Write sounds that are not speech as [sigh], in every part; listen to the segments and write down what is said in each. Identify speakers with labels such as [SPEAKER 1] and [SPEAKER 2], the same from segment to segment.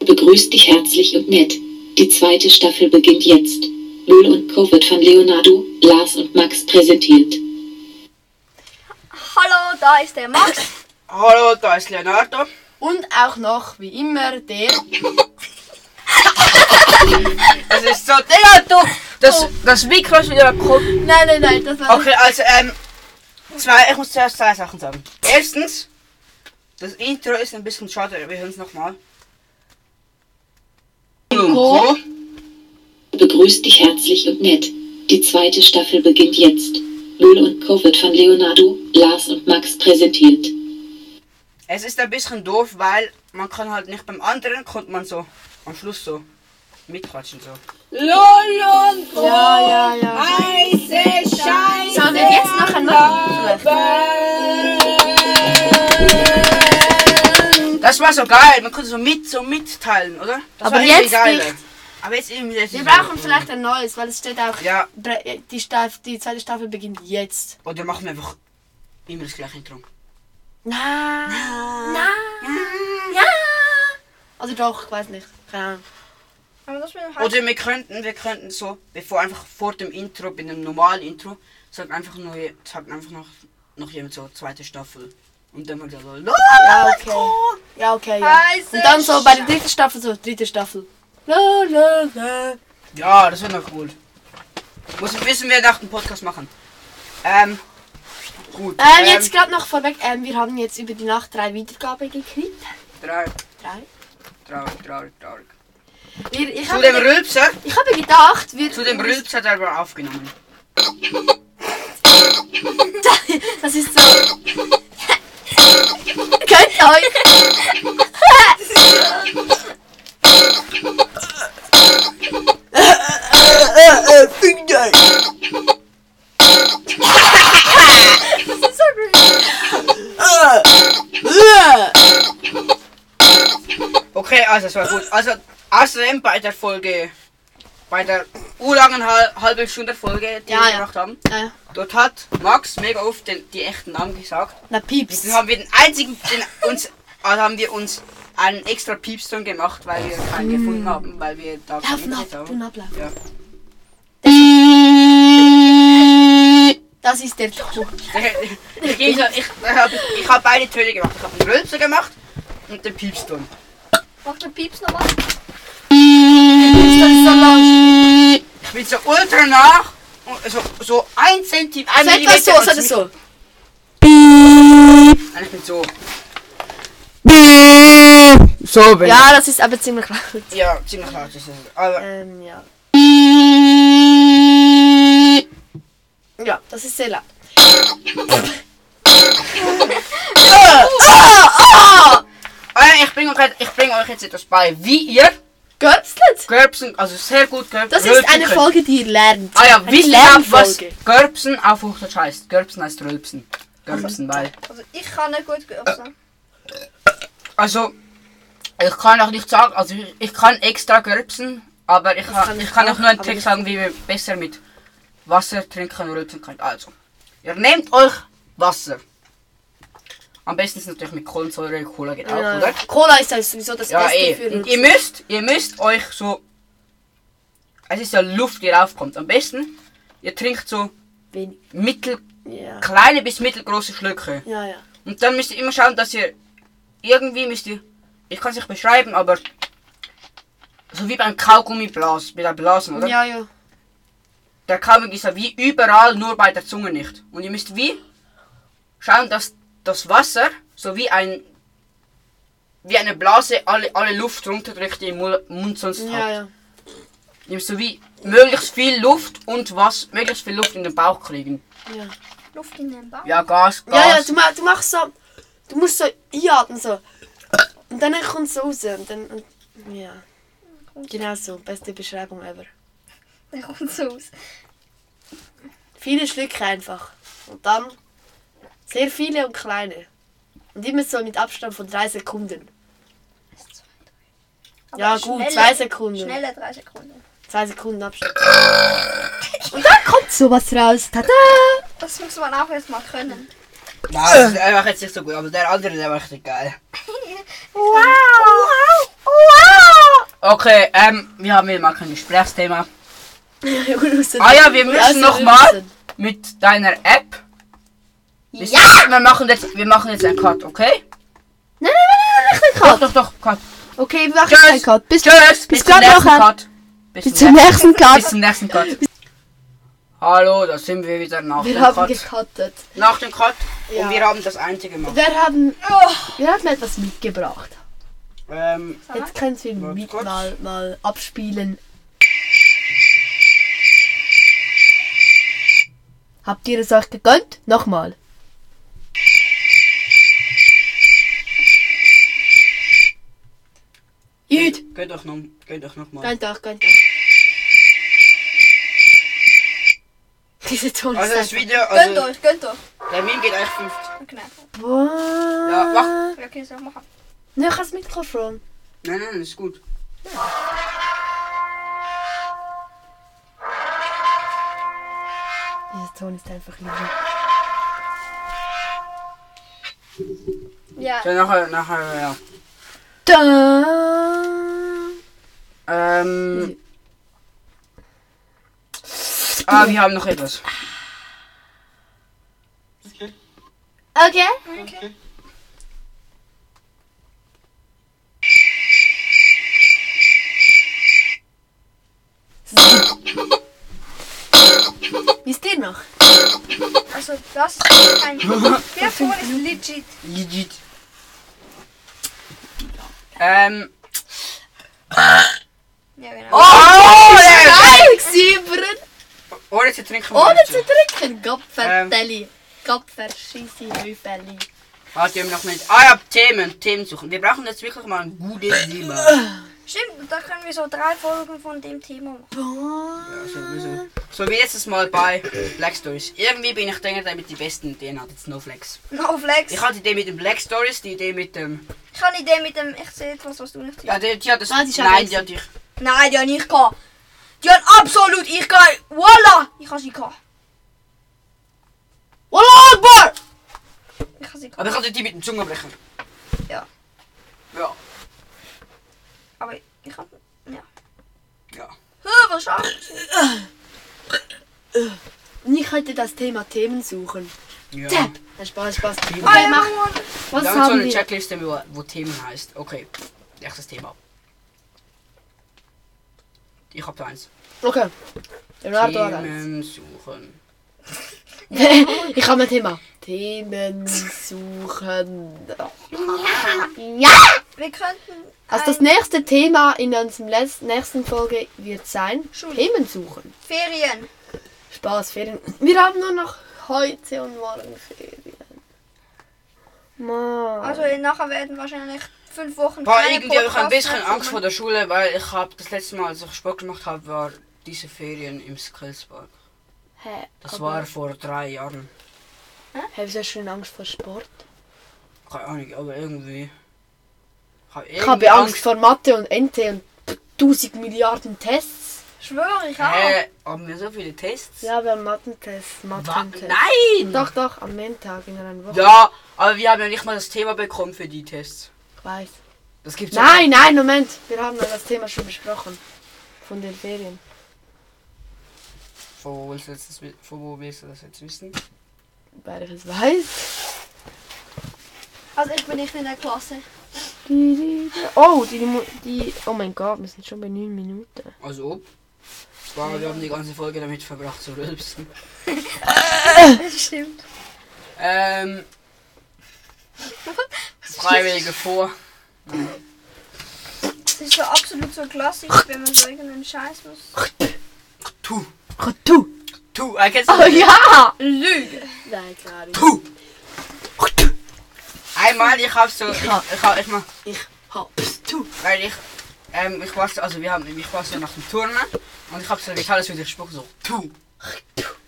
[SPEAKER 1] begrüßt dich herzlich und nett. Die zweite Staffel beginnt jetzt. Null und Co. wird von Leonardo, Lars und Max präsentiert.
[SPEAKER 2] Hallo, da ist der Max
[SPEAKER 3] Hallo, da ist Leonardo.
[SPEAKER 4] Und auch noch, wie immer, der.
[SPEAKER 3] Es ist so, Digga, du,
[SPEAKER 4] Oh.
[SPEAKER 3] das, das Mikro ist wieder kaputt.
[SPEAKER 4] Nein, nein, nein, das war.
[SPEAKER 3] Okay, also, ähm, zwei, ich muss zuerst zwei Sachen sagen. Erstens, das Intro ist ein bisschen schade, wir hören es nochmal.
[SPEAKER 4] Co.
[SPEAKER 1] Begrüßt dich herzlich und nett. Die zweite Staffel beginnt jetzt. Null und Co. wird von Leonardo, Lars und Max präsentiert.
[SPEAKER 3] Es ist ein bisschen doof, weil man kann halt nicht beim anderen, kommt man so am Schluss so mitquatschen so.
[SPEAKER 5] Lolonko,
[SPEAKER 4] Ja, ja, ja.
[SPEAKER 5] heiße Scheiße.
[SPEAKER 4] Sollen wir jetzt noch einen machen? Vielleicht.
[SPEAKER 3] Das war so geil, man konnte so mit, so mitteilen, oder? Das
[SPEAKER 4] Aber
[SPEAKER 3] war irgendwie
[SPEAKER 4] jetzt
[SPEAKER 3] geiler.
[SPEAKER 4] nicht.
[SPEAKER 3] Aber jetzt irgendwie. das
[SPEAKER 4] Wir
[SPEAKER 3] ist-
[SPEAKER 4] brauchen vielleicht ein neues, weil es steht auch.
[SPEAKER 3] Ja.
[SPEAKER 4] Bre- Die, Staff, die zweite Staffel beginnt jetzt.
[SPEAKER 3] Oder machen wir einfach immer das gleiche Intro.
[SPEAKER 4] Äh, Nein. Nein. Ja. Mhm. Also doch, ich weiß nicht. Keine Ahnung.
[SPEAKER 2] Aber das mit dem
[SPEAKER 4] halt.
[SPEAKER 2] Hals-
[SPEAKER 3] Oder wir könnten, wir könnten so, bevor einfach vor dem Intro, bei dem normalen Intro, sagt einfach nur, je- sagt einfach noch, noch jemand so, zweite Staffel. Und dann mal so, "Lol."
[SPEAKER 4] Ja, okay. Ja, okay, ja.
[SPEAKER 2] Heiße
[SPEAKER 4] Und dann so bei der dritten Staffel, so, dritte Staffel. La, la, la.
[SPEAKER 3] ja, das wäre noch cool. Muss, müssen wir nach dem Podcast machen. Ähm, gut.
[SPEAKER 4] Ähm, jetzt gerade noch vorweg, ähm, wir haben jetzt über die Nacht drei Wiedergaben gekriegt.
[SPEAKER 3] Traurig,
[SPEAKER 4] Drei.
[SPEAKER 3] traurig, traurig, traurig.
[SPEAKER 4] Wir, ich
[SPEAKER 3] Zu dem
[SPEAKER 4] habe
[SPEAKER 3] Rülpser,
[SPEAKER 4] ich habe gedacht, wir.
[SPEAKER 3] zu dem Rülpser, der war aufgenommen.
[SPEAKER 4] [laughs] Das ist so. Könnt ihr euch.
[SPEAKER 3] Okay, also es war gut. Also außerdem bei der Folge, bei der urlangen Hal halben Stunde Folge, die
[SPEAKER 4] Ja,
[SPEAKER 3] wir
[SPEAKER 4] ja.
[SPEAKER 3] gemacht haben,
[SPEAKER 4] Äh,
[SPEAKER 3] dort hat Max mega oft den, die echten Namen gesagt.
[SPEAKER 4] na, pieps.
[SPEAKER 3] Dann haben wir den einzigen, den uns, also haben wir uns einen extra Piepston gemacht, weil wir keinen
[SPEAKER 4] Mm.
[SPEAKER 3] gefunden haben, weil wir da
[SPEAKER 4] Laufen
[SPEAKER 3] keinen
[SPEAKER 4] ab und ablaufen.
[SPEAKER 3] Ja. [laughs]
[SPEAKER 4] Das ist der Ton.
[SPEAKER 3] ich ich, ich, hab- ich habe beide Töne gemacht. Ich habe den Rülpser gemacht und den Piepston.
[SPEAKER 2] Mach den Pieps nochmal.
[SPEAKER 4] Das ist so laut.
[SPEAKER 3] Ich bin so ultra nach, und so, so ein Zentimeter, ein
[SPEAKER 4] So Also etwas so,
[SPEAKER 3] Millimeter
[SPEAKER 4] so
[SPEAKER 3] ans
[SPEAKER 4] etwas so.
[SPEAKER 3] Nein, ich bin so. So bin
[SPEAKER 4] Ja, das ist aber ziemlich laut.
[SPEAKER 3] ich. Ja, ziemlich laut ist es. Aber
[SPEAKER 4] Ähm, ja. Ja, das ist sehr laut.
[SPEAKER 3] äh, ich bringe euch, jetzt- ich bring euch jetzt etwas bei, wie ihr
[SPEAKER 4] Götzlet?
[SPEAKER 3] Gerbsen, also sehr gut Gerbsen.
[SPEAKER 4] Das ist eine Folge, die ihr lernt.
[SPEAKER 3] Ah ja,
[SPEAKER 4] Eine
[SPEAKER 3] wisst ihr auch, was
[SPEAKER 4] Lernfolge.
[SPEAKER 3] Gerbsen auf Hochdeutsch heißt? Gerbsen heißt Rülpsen. Gerbsen, weil.
[SPEAKER 2] Also ich kann nicht gut
[SPEAKER 3] Äh,
[SPEAKER 2] geöffnet.
[SPEAKER 3] Also, ich kann auch nicht sagen, also ich, ich kann extra Gerbsen, aber ich, kann, ich kann auch nur einen
[SPEAKER 4] aber
[SPEAKER 3] Trick
[SPEAKER 4] nicht-
[SPEAKER 3] sagen, wie wir besser mit Wasser trinken und rülpsen können. Also, ihr nehmt euch Wasser. Am besten ist natürlich mit Kohlensäure, Cola geht auch, oder?
[SPEAKER 4] Ja. Cola ist halt sowieso das
[SPEAKER 3] Ja,
[SPEAKER 4] Beste
[SPEAKER 3] eh.
[SPEAKER 4] für
[SPEAKER 3] Und ihr müsst, ihr müsst euch so. Es ist ja Luft, die raufkommt. Am besten, ihr trinkt so
[SPEAKER 4] Wenig.
[SPEAKER 3] mittel,
[SPEAKER 4] Ja.
[SPEAKER 3] kleine bis mittelgroße Schlücke.
[SPEAKER 4] ja, ja.
[SPEAKER 3] Und dann müsst ihr immer schauen, dass ihr irgendwie müsst ihr. Ich kann es nicht beschreiben, aber. So wie beim Kaugummiblas, bei der Blasen, oder?
[SPEAKER 4] Ja, ja.
[SPEAKER 3] Der Kaugummi ist ja wie überall, nur bei der Zunge nicht. Und ihr müsst wie schauen, dass das Wasser so wie ein. wie eine Blase alle, alle Luft runterdrückt, die ihr im Mul- Mund sonst
[SPEAKER 4] Ja,
[SPEAKER 3] habt.
[SPEAKER 4] ja.
[SPEAKER 3] Ihr müsst so wie möglichst viel Luft und was, möglichst viel Luft in den Bauch kriegen.
[SPEAKER 4] Ja,
[SPEAKER 2] Luft in den Bauch.
[SPEAKER 3] Ja, Gas, Gas.
[SPEAKER 4] ja, ja du, ma- du machst so. Du musst so einatmen, so. Und dann kommt es raus. Und dann. Und, ja. Genau so. Beste Beschreibung ever.
[SPEAKER 2] Dann kommt es raus.
[SPEAKER 4] Viele Schlücke einfach. Und dann sehr viele und kleine. Und immer so mit Abstand von drei Sekunden.
[SPEAKER 2] Aber
[SPEAKER 4] Ja, gut,
[SPEAKER 2] schneller-
[SPEAKER 4] zwei Sekunden.
[SPEAKER 2] Schneller drei Sekunden.
[SPEAKER 4] Zwei Sekunden Abstand. [laughs] Und dann kommt sowas raus. Tada!
[SPEAKER 2] Das muss man auch erst mal können.
[SPEAKER 3] Nein, das ist einfach jetzt
[SPEAKER 4] [laughs]
[SPEAKER 3] nicht so gut, aber der andere, der war richtig geil.
[SPEAKER 2] Wow! Wow!
[SPEAKER 4] Ah!
[SPEAKER 3] Okay, ähm, wir haben hier mal kein Gesprächsthema.
[SPEAKER 4] ah
[SPEAKER 3] Ah ja, wir müssen noch mal mit deiner App. Wir- Wir machen jetzt, wir machen jetzt einen Cut, okay?
[SPEAKER 4] Nein, nein, nein, nein, nicht
[SPEAKER 3] Doch,
[SPEAKER 4] Cut.
[SPEAKER 3] doch, doch, Cut.
[SPEAKER 4] Okay, wir machen
[SPEAKER 3] Tschüss.
[SPEAKER 4] keinen Cut. Bis,
[SPEAKER 3] Tschüss,
[SPEAKER 4] bis
[SPEAKER 3] bis zum
[SPEAKER 4] grad
[SPEAKER 3] nächsten
[SPEAKER 4] nachher.
[SPEAKER 3] Cut.
[SPEAKER 4] bis zum nächsten
[SPEAKER 3] Bis
[SPEAKER 4] Cut.
[SPEAKER 3] zum nächsten Cut. Hallo, da sind wir wieder nach
[SPEAKER 4] Wir
[SPEAKER 3] dem
[SPEAKER 4] haben
[SPEAKER 3] Cut.
[SPEAKER 4] gecuttet.
[SPEAKER 3] Nach dem Cut
[SPEAKER 4] Ja.
[SPEAKER 3] und wir haben das einzige gemacht.
[SPEAKER 4] Wir haben, wir haben etwas mitgebracht.
[SPEAKER 3] Ähm,
[SPEAKER 4] Jetzt können wir
[SPEAKER 3] Warte
[SPEAKER 4] mit
[SPEAKER 3] kurz.
[SPEAKER 4] mal, mal abspielen. Habt ihr es euch gegönnt? Nochmal. Jut.
[SPEAKER 3] geht doch noch, geht doch noch mal.
[SPEAKER 4] Gönnt euch, gönnt euch. Diese Ton
[SPEAKER 3] Also das
[SPEAKER 4] ist
[SPEAKER 3] Video,
[SPEAKER 2] Gönnt
[SPEAKER 3] also
[SPEAKER 2] euch, gönnt euch.
[SPEAKER 3] der Meme geht echt fünft.
[SPEAKER 2] Genau.
[SPEAKER 3] Ja, mach.
[SPEAKER 2] Ja, okay, soll ich machen.
[SPEAKER 4] Nein, ich habe das Mikrofon.
[SPEAKER 3] Nein, nein, ist gut.
[SPEAKER 4] Dieser Ton ist einfach lieb.
[SPEAKER 2] Ja,
[SPEAKER 3] Ja, nachher, nachher, ja.
[SPEAKER 4] Da.
[SPEAKER 3] Ähm. Ah, wir haben noch etwas.
[SPEAKER 4] Okay. Wisst ihr noch?
[SPEAKER 2] also das ist kein Der Ton ist legit.
[SPEAKER 3] Legit. Ähm.
[SPEAKER 2] Ja, genau.
[SPEAKER 3] Oh,
[SPEAKER 4] Alexibren!
[SPEAKER 3] Ohne zu Oh, trinken.
[SPEAKER 4] Ohne zu drücken! Gopfertelli!
[SPEAKER 3] Gopfertelli.
[SPEAKER 4] Gopferscheisse Häufeli!
[SPEAKER 3] Warte, wir haben noch nicht. Ah ja, Themen. Themen suchen. Wir brauchen jetzt wirklich mal ein gutes Thema. Ja,
[SPEAKER 2] Stimmt, da können wir so drei Folgen von dem Thema machen. [laughs]
[SPEAKER 3] sowieso. Also, So wie letztes Mal bei Black Stories. Irgendwie bin ich denke, der mit die besten Ideen hat, jetzt Snowflakes.
[SPEAKER 2] No flex.
[SPEAKER 3] Ich hatte die Idee mit den Black Stories, die Idee mit dem.
[SPEAKER 2] Ich habe eine Idee mit dem, ich sehe etwas, was du nicht siehst.
[SPEAKER 3] Ja, die, die hat das.
[SPEAKER 4] Ah, die ist ja
[SPEAKER 3] nein,
[SPEAKER 4] besser.
[SPEAKER 3] die hat ich.
[SPEAKER 2] Nein, die habe ich gehabt. Die haben absolut ich gehabt. Voila! Ich habe sie gehabt.
[SPEAKER 4] Wallah Akbar!
[SPEAKER 2] Ich habe sie gehabt.
[SPEAKER 3] Aber ich hatte die mit dem Zungenbrecher.
[SPEAKER 2] Ja.
[SPEAKER 3] Ja,
[SPEAKER 2] Aber ich habe... Ja.
[SPEAKER 3] ja.
[SPEAKER 2] Hör, was schaffst du?
[SPEAKER 4] Und ich hätte das Thema Themen suchen.
[SPEAKER 3] ja.
[SPEAKER 4] Tap! Ja, Spaß, Spaß.
[SPEAKER 2] Ah,
[SPEAKER 4] Okay,
[SPEAKER 2] ja,
[SPEAKER 4] mach.
[SPEAKER 2] Mann.
[SPEAKER 4] Was
[SPEAKER 3] Dann so
[SPEAKER 4] haben
[SPEAKER 3] eine
[SPEAKER 4] wir?
[SPEAKER 3] Checkliste, wo, wo Themen heißt. Okay, echtes Thema. Ich hab da eins.
[SPEAKER 4] Okay. Leonardo hat eins.
[SPEAKER 3] Themen suchen.
[SPEAKER 4] [laughs] Ich habe ein Thema. Themen suchen.
[SPEAKER 2] Wir könnten...
[SPEAKER 4] Also das
[SPEAKER 2] ein
[SPEAKER 4] nächste Thema in unserer letz- nächsten Folge wird sein
[SPEAKER 2] Schule.
[SPEAKER 4] Themen suchen.
[SPEAKER 2] Ferien.
[SPEAKER 4] Spaß, Ferien. Wir haben nur noch heute und morgen Ferien. Mann.
[SPEAKER 2] Also nachher werden wahrscheinlich fünf Wochen
[SPEAKER 3] Boah,
[SPEAKER 2] keine
[SPEAKER 3] irgendwie habe ich ein
[SPEAKER 2] Podcasts
[SPEAKER 3] bisschen
[SPEAKER 2] mehr
[SPEAKER 3] Angst vor der Schule, weil ich hab das letzte Mal, als ich Sport gemacht habe, war diese Ferien im Skillspark.
[SPEAKER 4] Hä,
[SPEAKER 3] Das
[SPEAKER 4] aber-
[SPEAKER 3] war vor drei Jahren.
[SPEAKER 4] Hä, wieso hast du denn Angst vor Sport?
[SPEAKER 3] Keine Ahnung, aber irgendwie. Ich habe
[SPEAKER 4] Ich habe Angst vor Mathe und NT und 1000 Milliarden Tests.
[SPEAKER 2] kommen. Schwöre ich auch.
[SPEAKER 3] Hä? Haben wir so viele Tests?
[SPEAKER 4] Ja, wir haben Mathe-Tests.
[SPEAKER 3] Wa-
[SPEAKER 4] Mathe-Tests.
[SPEAKER 3] Nein!
[SPEAKER 4] Doch, doch, am Montag in einer Woche.
[SPEAKER 3] Ja, aber wir haben ja nicht mal das Thema bekommen für die Tests.
[SPEAKER 4] Ich weiß.
[SPEAKER 3] Das gibt's ja
[SPEAKER 4] Nein, nein, Moment. Wir haben das Thema schon besprochen. Von den Ferien.
[SPEAKER 3] Von wo willst du das, wi- von wo willst du das jetzt wissen?
[SPEAKER 4] Weil ich es weiß.
[SPEAKER 2] Also ich bin nicht in der Klasse.
[SPEAKER 3] [laughs]
[SPEAKER 4] Die, die, die. Oh, die, die, Mu- die. Oh mein Gott, wir sind schon bei 9 Minuten.
[SPEAKER 3] Also ob. Wow, wir haben die ganze Folge damit verbracht zu rülpsen.
[SPEAKER 2] Das stimmt.
[SPEAKER 3] Ähm. Freiwillige vor.
[SPEAKER 2] Das ist so absolut so klassisch, wenn man so irgendeinen Scheiß muss.
[SPEAKER 3] Tu,
[SPEAKER 4] Oh, du!
[SPEAKER 3] tu, äh, kennst du
[SPEAKER 4] Oh
[SPEAKER 3] das?
[SPEAKER 4] ja!
[SPEAKER 2] Lüge.
[SPEAKER 4] Nein, klar. nicht.
[SPEAKER 3] Tu! Einmal, ich hab so. Ich, ich
[SPEAKER 4] hab-
[SPEAKER 3] hab echt mal.
[SPEAKER 4] Ich hab's du.
[SPEAKER 3] Weil ich. Ähm, ich war so, also wir haben, ich war so nach dem Turnen und ich hab so alles wieder gesprochen, so tu.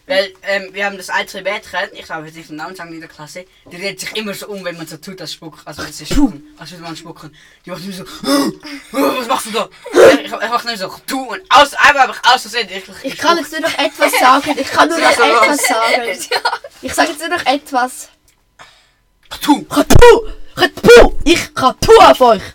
[SPEAKER 3] Weil ähm, wir haben das alte Mädchen, ich darf jetzt nicht den Namen sagen in der Klasse, die dreht sich immer so um, wenn man so tut, als spuckt, als würde sie spucken, als würde man spucken. Die macht immer so, was machst du da? Ich, ich mach nur so, tu und aus, einmal hab ich aus Versehen richtig
[SPEAKER 4] Ich kann jetzt nur noch etwas sagen. Ich kann nur noch
[SPEAKER 3] Sag mal was.
[SPEAKER 4] etwas sagen. Ich sage jetzt nur noch etwas.
[SPEAKER 3] Tu!
[SPEAKER 4] Ich hab du! Ich hab du! Ich hab du auf euch!